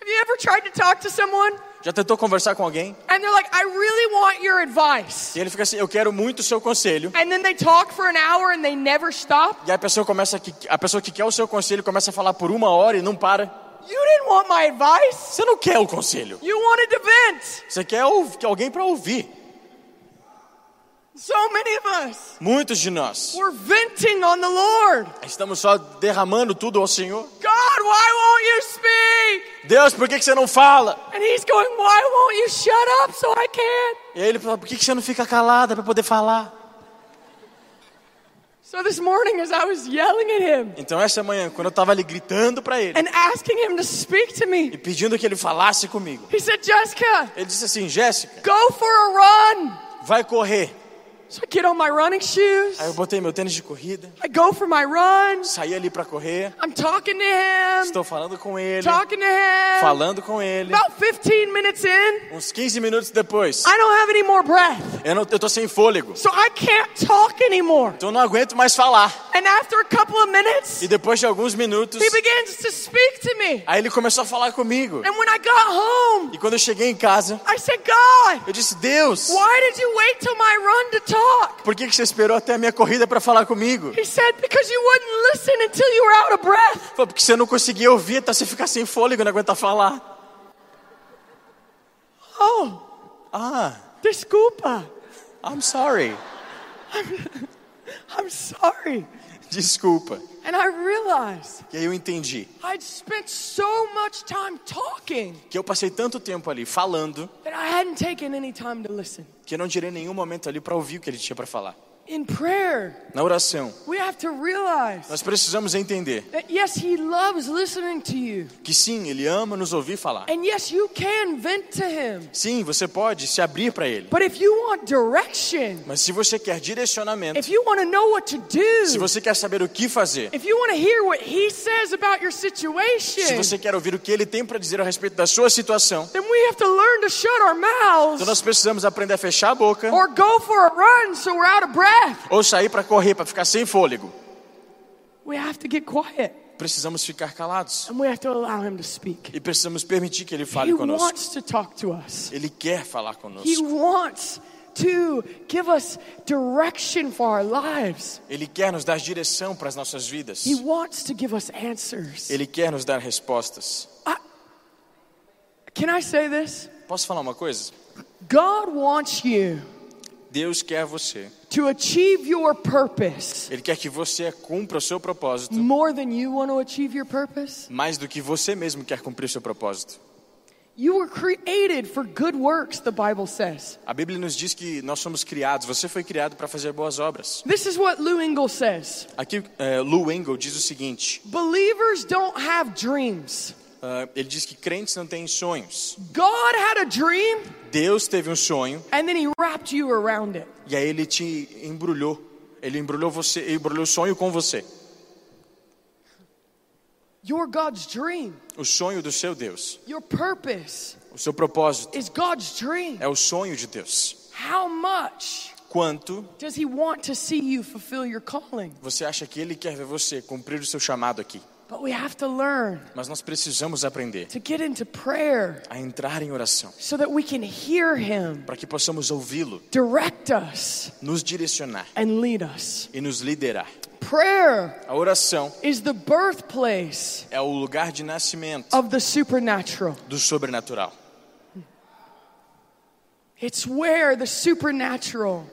Speaker 2: Have you ever tried to talk to someone
Speaker 3: Já tentou conversar com alguém?
Speaker 2: and they're like, I really want your advice?
Speaker 3: E ele fica assim, eu quero muito o seu conselho.
Speaker 2: And then they talk for an hour and they never stop?
Speaker 3: E a pessoa começa que a pessoa que quer o seu conselho começa a falar por uma hora e não para.
Speaker 2: You didn't want my advice.
Speaker 3: Você não quer o conselho.
Speaker 2: You wanted to vent.
Speaker 3: Você quer ouv- que alguém para ouvir.
Speaker 2: So many of us,
Speaker 3: Muitos de nós
Speaker 2: we're venting on the Lord.
Speaker 3: estamos só derramando tudo ao Senhor.
Speaker 2: God, why won't you speak?
Speaker 3: Deus, por que, que você não fala?
Speaker 2: And he's going, Why won't you shut up so I can?
Speaker 3: E aí ele fala, por que, que você não fica calada para poder falar?
Speaker 2: So this morning, as I was yelling at him
Speaker 3: Então essa manhã, quando eu tava ali gritando para ele
Speaker 2: and asking him to speak to me,
Speaker 3: e pedindo que ele falasse comigo,
Speaker 2: he said, Jessica,
Speaker 3: ele disse assim, Jéssica,
Speaker 2: go for a run.
Speaker 3: vai correr.
Speaker 2: So I get on my running shoes.
Speaker 3: Aí eu botei meu tênis de corrida,
Speaker 2: I go for my run.
Speaker 3: saí ali para correr,
Speaker 2: I'm talking to him,
Speaker 3: estou falando com ele,
Speaker 2: talking to him.
Speaker 3: falando com ele.
Speaker 2: About 15 minutes in,
Speaker 3: Uns 15 minutos depois,
Speaker 2: I don't have any more breath.
Speaker 3: eu, não, eu tô sem fôlego.
Speaker 2: So I can't talk anymore.
Speaker 3: Então eu não aguento mais falar.
Speaker 2: And after a couple of minutes,
Speaker 3: E depois de alguns minutos,
Speaker 2: he begins to speak to me.
Speaker 3: aí ele começou a falar comigo.
Speaker 2: And when I got home,
Speaker 3: E quando eu cheguei em casa,
Speaker 2: I said, God,
Speaker 3: eu disse: Deus,
Speaker 2: why did you wait till my run to talk?
Speaker 3: por que que você esperou até a minha corrida para falar comigo?
Speaker 2: He said, because you wouldn't listen until you were out of breath.
Speaker 3: Foi porque você não conseguia ouvir até você ficar sem fôlego, não aguentar falar.
Speaker 2: Oh,
Speaker 3: Ah,
Speaker 2: desculpa.
Speaker 3: I'm sorry.
Speaker 2: I'm sorry.
Speaker 3: Desculpa.
Speaker 2: And I realized
Speaker 3: E aí eu entendi
Speaker 2: I'd spent so much time talking
Speaker 3: que eu passei tanto tempo ali falando
Speaker 2: that I hadn't taken any time to listen.
Speaker 3: que eu não tirei nenhum momento ali para ouvir o que ele tinha para falar.
Speaker 2: In prayer,
Speaker 3: Na oração,
Speaker 2: we have to realize
Speaker 3: nós precisamos entender
Speaker 2: that yes, He loves listening to you.
Speaker 3: que sim, ele ama nos ouvir falar.
Speaker 2: And yes, you can vent to Him.
Speaker 3: Sim, você pode se abrir para ele.
Speaker 2: But if you want direction,
Speaker 3: Mas se você quer direcionamento,
Speaker 2: if you want to know what to
Speaker 3: se
Speaker 2: do,
Speaker 3: você quer saber o que fazer,
Speaker 2: if you want to hear what He says about your
Speaker 3: se
Speaker 2: situation,
Speaker 3: você quer ouvir o que ele tem para dizer a respeito da sua situação,
Speaker 2: then we have to learn to shut our
Speaker 3: então
Speaker 2: mouths
Speaker 3: nós precisamos aprender a fechar a boca
Speaker 2: or go for a run so we're out of breath.
Speaker 3: ou sair para correr, para ficar sem fôlego.
Speaker 2: We have to get quiet
Speaker 3: Precisamos ficar calados
Speaker 2: and we have to allow Him to speak.
Speaker 3: e precisamos permitir que ele
Speaker 2: He
Speaker 3: fale conosco.
Speaker 2: wants to talk to us.
Speaker 3: Ele quer falar
Speaker 2: He
Speaker 3: conosco.
Speaker 2: wants to give us direction for our lives.
Speaker 3: Ele quer nos dar direção para as nossas vidas.
Speaker 2: He wants to give us answers.
Speaker 3: Ele quer nos dar respostas.
Speaker 2: Can I say this?
Speaker 3: Posso falar uma coisa?
Speaker 2: God wants you
Speaker 3: Deus quer você.
Speaker 2: to achieve your purpose
Speaker 3: Ele quer que você cumpra o seu propósito
Speaker 2: more than you want to achieve your purpose.
Speaker 3: mais do que você mesmo quer cumprir o seu propósito.
Speaker 2: You were created for good works, the Bible says.
Speaker 3: A Bíblia nos diz que nós somos criados. Você foi criado para fazer boas obras.
Speaker 2: This is what Lou Engle says
Speaker 3: Aqui, eh, Lou Engle diz o seguinte:
Speaker 2: Believers don't have dreams.
Speaker 3: ah, ele diz que crentes não têm sonhos.
Speaker 2: God had a dream
Speaker 3: Deus teve um sonho
Speaker 2: and then he wrapped you around it.
Speaker 3: e aí ele te embrulhou. Ele embrulhou você, embrulhou o sonho com você.
Speaker 2: Your God's dream,
Speaker 3: O sonho do seu Deus,
Speaker 2: your purpose
Speaker 3: o seu propósito
Speaker 2: is God's dream.
Speaker 3: é o sonho de Deus.
Speaker 2: How much
Speaker 3: Quanto
Speaker 2: does he want to see you fulfill your calling?
Speaker 3: Você acha que ele quer ver você cumprir o seu chamado aqui?
Speaker 2: But we have to learn
Speaker 3: Mas nós precisamos aprender
Speaker 2: to get into prayer
Speaker 3: a entrar em oração
Speaker 2: so that we can hear him,
Speaker 3: para que possamos ouvi-lo,
Speaker 2: direct us,
Speaker 3: nos direcionar
Speaker 2: and lead us.
Speaker 3: e nos liderar.
Speaker 2: Prayer
Speaker 3: A oração
Speaker 2: is the birthplace
Speaker 3: é o lugar de nascimento
Speaker 2: of the supernatural.
Speaker 3: do sobrenatural.
Speaker 2: It's where the supernatural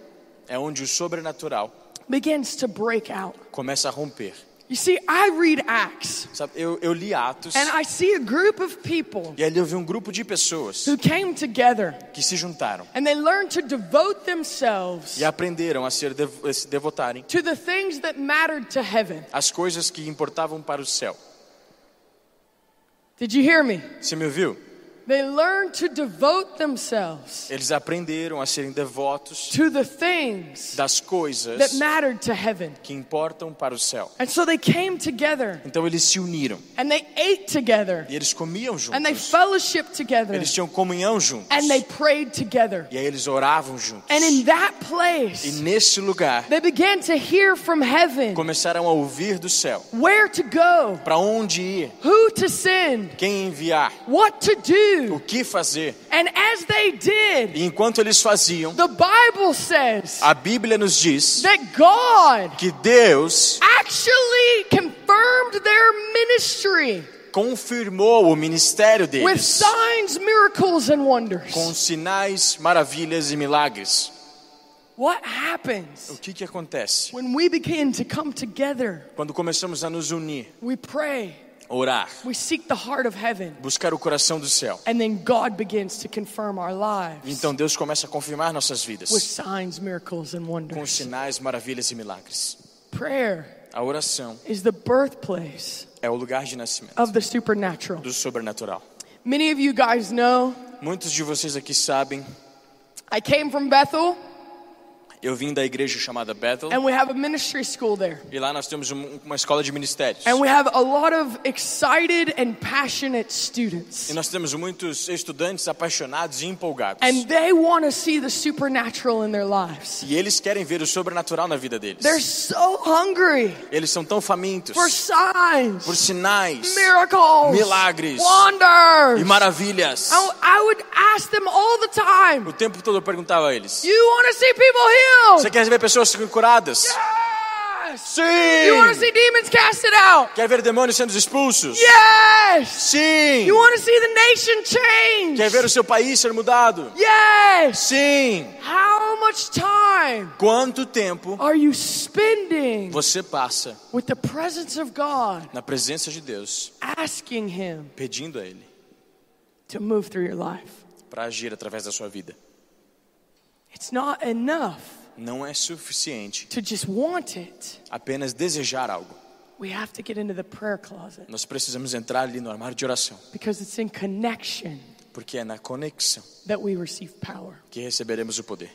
Speaker 3: É onde o sobrenatural
Speaker 2: begins to break out.
Speaker 3: começa a romper.
Speaker 2: You see, I read Acts
Speaker 3: Sabe, eu, eu li Atos
Speaker 2: and I see a group of people
Speaker 3: e ali eu vi um grupo de pessoas
Speaker 2: who came together
Speaker 3: que se juntaram
Speaker 2: and they learned to devote themselves
Speaker 3: e aprenderam a ser dev- a se devotarem
Speaker 2: to the things that mattered to heaven.
Speaker 3: às coisas que importavam para o céu.
Speaker 2: Did you hear me?
Speaker 3: Você me ouviu?
Speaker 2: They learn to devote themselves
Speaker 3: Eles aprenderam a serem devotos
Speaker 2: to the things
Speaker 3: das coisas
Speaker 2: that mattered to heaven.
Speaker 3: que importam para o céu.
Speaker 2: And so they came together
Speaker 3: Então eles se uniram
Speaker 2: and they ate together
Speaker 3: e eles comiam
Speaker 2: and they
Speaker 3: juntos.
Speaker 2: fellowshiped together
Speaker 3: Eles tinham comunhão juntos.
Speaker 2: and they prayed together.
Speaker 3: E aí eles oravam juntos.
Speaker 2: And in that
Speaker 3: E
Speaker 2: place,
Speaker 3: nesse lugar
Speaker 2: they began to hear from heaven
Speaker 3: começaram a ouvir do céu
Speaker 2: where to go,
Speaker 3: para onde ir,
Speaker 2: who to send,
Speaker 3: quem enviar,
Speaker 2: what to
Speaker 3: o
Speaker 2: do.
Speaker 3: que fazer.
Speaker 2: And as they did,
Speaker 3: E enquanto eles faziam,
Speaker 2: the Bible says
Speaker 3: a Bíblia nos diz
Speaker 2: that God
Speaker 3: que Deus
Speaker 2: actually confirmed their ministry.
Speaker 3: confirmou o ministério
Speaker 2: with
Speaker 3: deles
Speaker 2: signs, miracles, and
Speaker 3: com
Speaker 2: wonders.
Speaker 3: sinais, maravilhas e milagres.
Speaker 2: What
Speaker 3: O
Speaker 2: happens
Speaker 3: que que acontece
Speaker 2: when we begin to come together?
Speaker 3: quando começamos a nos unir,
Speaker 2: We pray,
Speaker 3: orar,
Speaker 2: we seek the heart of heaven,
Speaker 3: buscar o coração do céu?
Speaker 2: and then God begins to confirm our lives
Speaker 3: Então Deus começa a confirmar nossas vidas.
Speaker 2: with signs, miracles, and
Speaker 3: com
Speaker 2: wonders.
Speaker 3: sinais, maravilhas e milagres.
Speaker 2: Prayer
Speaker 3: A oração
Speaker 2: is the birthplace
Speaker 3: é o lugar de nascimento
Speaker 2: of the supernatural.
Speaker 3: do sobrenatural.
Speaker 2: Many of you guys know
Speaker 3: Muitos de vocês aqui sabem,
Speaker 2: I came from Bethel,
Speaker 3: Eu vim da igreja chamada Bethel
Speaker 2: and we have a ministry school there.
Speaker 3: e lá nós temos um- uma escola de ministérios.
Speaker 2: And we have a lot of excited and passionate students.
Speaker 3: E nós temos muitos estudantes apaixonados e empolgados.
Speaker 2: And they want to see the supernatural in their lives.
Speaker 3: E eles querem ver o sobrenatural na vida deles.
Speaker 2: They're so hungry
Speaker 3: Eles são tão famintos
Speaker 2: for
Speaker 3: por
Speaker 2: signs,
Speaker 3: sinais
Speaker 2: miracles,
Speaker 3: Milagres. e
Speaker 2: wonders.
Speaker 3: maravilhas.
Speaker 2: I, I would ask them all the time,
Speaker 3: O tempo todo eu perguntava a eles:
Speaker 2: you want to see people
Speaker 3: Você
Speaker 2: healed?
Speaker 3: quer ver pessoas curadas?
Speaker 2: Yes! You want to
Speaker 3: Sim!
Speaker 2: see demons casted out?
Speaker 3: Quer ver demônios sendo expulsos?
Speaker 2: Yes!
Speaker 3: Sim!
Speaker 2: You want to see the nation
Speaker 3: Quer ver o
Speaker 2: change?
Speaker 3: seu país ser mudado?
Speaker 2: Yes!
Speaker 3: Sim!
Speaker 2: How much time
Speaker 3: Quanto tempo
Speaker 2: are you spending
Speaker 3: você passa
Speaker 2: with the presence of God
Speaker 3: na presença de Deus,
Speaker 2: asking Him
Speaker 3: pedindo a Ele
Speaker 2: to move through your life?
Speaker 3: para agir através da sua vida?
Speaker 2: It's not enough
Speaker 3: Não é suficiente
Speaker 2: to just want it.
Speaker 3: apenas desejar algo.
Speaker 2: We have to get into the prayer closet
Speaker 3: Nós precisamos entrar ali no armário de oração,
Speaker 2: because it's in connection
Speaker 3: porque é na conexão
Speaker 2: that we receive power.
Speaker 3: que receberemos o poder.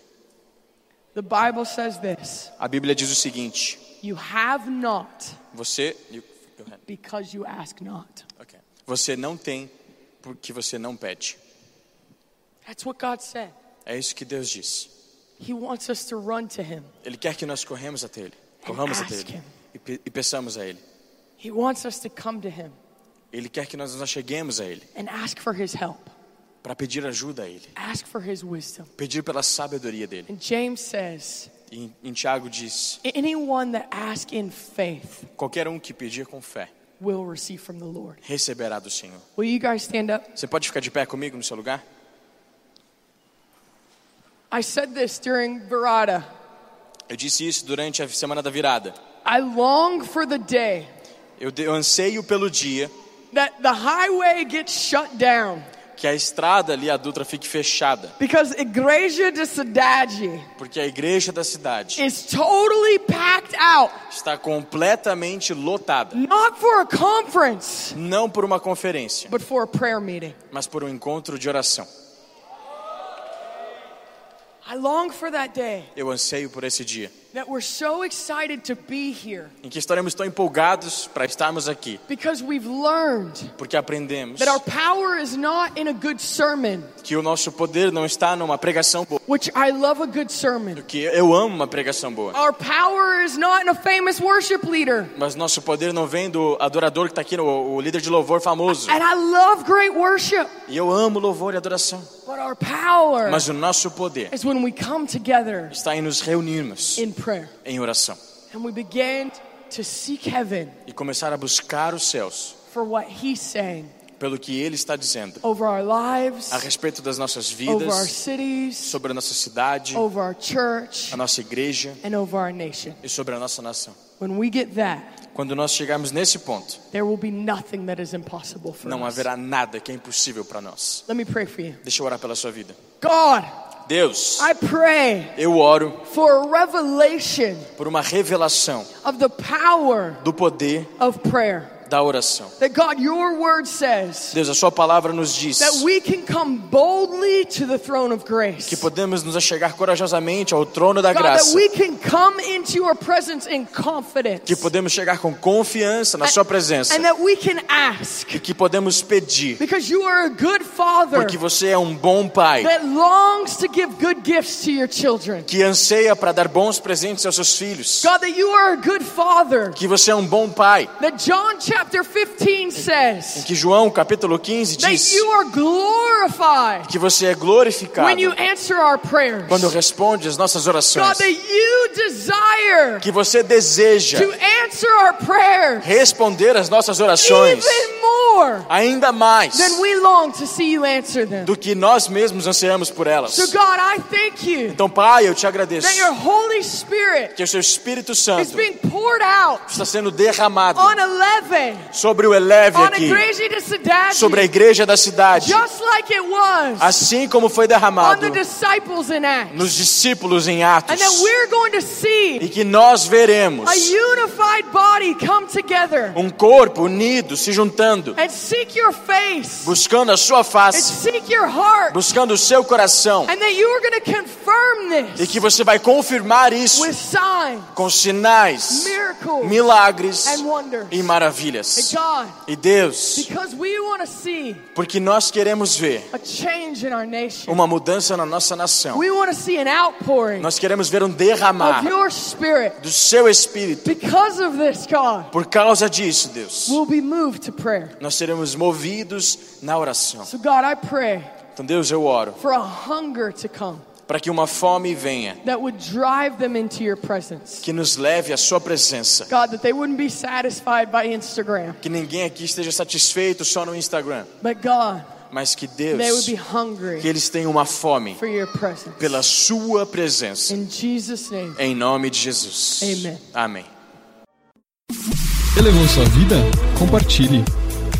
Speaker 2: The Bible says this
Speaker 3: A Bíblia diz o seguinte:
Speaker 2: You have not
Speaker 3: Você, you- go ahead.
Speaker 2: because you ask not.
Speaker 3: Okay. você não tem porque você não pede.
Speaker 2: That's what God said.
Speaker 3: É isso que Deus diz.
Speaker 2: He wants us to run to Him.
Speaker 3: Ele quer que nós corremos até Ele, corramos até
Speaker 2: ask
Speaker 3: Ele
Speaker 2: him.
Speaker 3: e, pe e peçamos a Ele.
Speaker 2: He wants us to come to Him
Speaker 3: Ele quer que nós nos acheguemos a Ele
Speaker 2: and ask for His help,
Speaker 3: para pedir ajuda a Ele,
Speaker 2: ask for His wisdom.
Speaker 3: pedir pela sabedoria dele.
Speaker 2: And James says,
Speaker 3: E em- em Tiago diz:
Speaker 2: Anyone that asks in faith
Speaker 3: qualquer um que pedir com fé
Speaker 2: will receive from the Lord.
Speaker 3: receberá do Senhor.
Speaker 2: Will you guys stand up?
Speaker 3: Você pode ficar de pé comigo no seu lugar?
Speaker 2: I said this during Virata.
Speaker 3: Eu disse isso durante a semana da virada.
Speaker 2: I long for the day
Speaker 3: Eu, de- eu anseio pelo dia
Speaker 2: that the highway gets shut down
Speaker 3: que a estrada ali, a Dutra, fique fechada,
Speaker 2: because Igreja de Cidade
Speaker 3: porque a igreja da cidade
Speaker 2: is totally packed out,
Speaker 3: está completamente lotada.
Speaker 2: not for a conference,
Speaker 3: Não por uma conferência,
Speaker 2: but for a prayer meeting.
Speaker 3: mas por um encontro de oração.
Speaker 2: I long for that day
Speaker 3: Eu anseio por esse dia.
Speaker 2: that we're so excited to be here
Speaker 3: em que estaremos tão empolgados para estarmos aqui,
Speaker 2: because we've learned
Speaker 3: porque aprendemos
Speaker 2: that our power is not in a good sermon,
Speaker 3: que o nosso poder não está numa pregação boa,
Speaker 2: which I love a good sermon.
Speaker 3: que eu amo uma pregação boa,
Speaker 2: Our power is not in a famous worship leader.
Speaker 3: mas nosso poder não vem do adorador que está aqui, o, o líder de louvor famoso.
Speaker 2: And I love great worship,
Speaker 3: E eu amo louvor e adoração,
Speaker 2: but our power
Speaker 3: mas o nosso poder
Speaker 2: is when we come together
Speaker 3: está em nos reunirmos
Speaker 2: in prayer
Speaker 3: em oração
Speaker 2: and we begin to seek heaven
Speaker 3: e começar a buscar os céus
Speaker 2: for what He's saying
Speaker 3: pelo que Ele está dizendo
Speaker 2: over our
Speaker 3: a
Speaker 2: lives,
Speaker 3: respeito das nossas
Speaker 2: over our
Speaker 3: vidas,
Speaker 2: cities,
Speaker 3: sobre a nossa cidade,
Speaker 2: over our church,
Speaker 3: a nossa igreja
Speaker 2: and over our nation.
Speaker 3: e sobre a nossa nação.
Speaker 2: When we get that,
Speaker 3: Quando nós chegarmos nesse ponto,
Speaker 2: there will be nothing that is impossible for
Speaker 3: não
Speaker 2: us.
Speaker 3: haverá nada que é impossível para nós.
Speaker 2: Let me pray for you.
Speaker 3: Deixa eu orar pela sua vida.
Speaker 2: God,
Speaker 3: Deus,
Speaker 2: I pray
Speaker 3: eu oro
Speaker 2: for a revelation
Speaker 3: por uma revelação
Speaker 2: of the power
Speaker 3: do poder
Speaker 2: of prayer.
Speaker 3: da oração.
Speaker 2: That God, your word says
Speaker 3: Deus, a sua palavra nos diz
Speaker 2: that we can come boldly to the throne of
Speaker 3: que
Speaker 2: grace.
Speaker 3: podemos nos achegar corajosamente ao trono da
Speaker 2: God, that
Speaker 3: graça,
Speaker 2: we can come into your presence in confidence.
Speaker 3: que podemos chegar com confiança na sua presença
Speaker 2: And that we can ask.
Speaker 3: e que podemos pedir,
Speaker 2: Because you are a good father
Speaker 3: porque você é um bom pai
Speaker 2: that longs to give good gifts to your children.
Speaker 3: que anseia para dar bons presentes aos seus filhos,
Speaker 2: God, that you are a good father
Speaker 3: que você é um bom pai,
Speaker 2: that John chapter 15
Speaker 3: em
Speaker 2: says
Speaker 3: que João capítulo 15
Speaker 2: that
Speaker 3: diz
Speaker 2: you are glorified
Speaker 3: que você é glorificado
Speaker 2: when you answer our prayers.
Speaker 3: quando responde as nossas
Speaker 2: God,
Speaker 3: orações,
Speaker 2: that you desire
Speaker 3: que você deseja
Speaker 2: to answer our prayers
Speaker 3: responder às nossas orações
Speaker 2: even more
Speaker 3: ainda mais
Speaker 2: than we long to see you answer them.
Speaker 3: do que nós mesmos ansiamos por elas.
Speaker 2: So, God, I thank you
Speaker 3: Então, Pai, eu te agradeço
Speaker 2: that your Holy Spirit
Speaker 3: que o seu Espírito
Speaker 2: is
Speaker 3: Santo
Speaker 2: being poured out
Speaker 3: está sendo derramado
Speaker 2: on Eleven,
Speaker 3: sobre o Eleve
Speaker 2: on
Speaker 3: aqui,
Speaker 2: Igreja de
Speaker 3: sobre a
Speaker 2: Cidade,
Speaker 3: igreja da cidade,
Speaker 2: just like it was
Speaker 3: assim como foi
Speaker 2: on
Speaker 3: derramado
Speaker 2: the disciples in Acts.
Speaker 3: nos discípulos em Atos,
Speaker 2: And that we're going to see
Speaker 3: e que nós veremos
Speaker 2: a unified body come together
Speaker 3: um corpo unido se juntando
Speaker 2: and seek your face
Speaker 3: buscando a sua
Speaker 2: and
Speaker 3: face,
Speaker 2: seek your heart,
Speaker 3: buscando o seu coração,
Speaker 2: and that you are going to confirm
Speaker 3: e que
Speaker 2: this
Speaker 3: você vai confirmar isso
Speaker 2: with signs,
Speaker 3: com sinais,
Speaker 2: miracles,
Speaker 3: milagres
Speaker 2: and wonders.
Speaker 3: e
Speaker 2: And
Speaker 3: maravilhas.
Speaker 2: God,
Speaker 3: E Deus,
Speaker 2: because we want to see
Speaker 3: porque nós queremos ver
Speaker 2: a change in our nation,
Speaker 3: uma mudança na nossa nação,
Speaker 2: we want to see an outpouring
Speaker 3: nós queremos ver um
Speaker 2: of
Speaker 3: derramar
Speaker 2: your spirit.
Speaker 3: do seu espírito.
Speaker 2: Because of this, God,
Speaker 3: Por causa disso, Deus,
Speaker 2: we'll be moved to prayer.
Speaker 3: nós seremos movidos na oração.
Speaker 2: So, God, I pray
Speaker 3: Então, Deus, eu oro
Speaker 2: for a hunger to come
Speaker 3: para que uma fome venha,
Speaker 2: that would drive them into your presence.
Speaker 3: que nos leve à sua presença.
Speaker 2: God, that they wouldn't be satisfied by Instagram,
Speaker 3: Que ninguém aqui esteja satisfeito só no Instagram,
Speaker 2: but God,
Speaker 3: mas que
Speaker 2: they would
Speaker 3: Deus,
Speaker 2: be
Speaker 3: que
Speaker 2: hungry
Speaker 3: eles tenham uma fome
Speaker 2: for your presence.
Speaker 3: pela sua presença.
Speaker 2: In Jesus' name.
Speaker 3: Em nome de Jesus.
Speaker 2: Amen.
Speaker 3: Amém.
Speaker 1: Elevou sua vida? Compartilhe.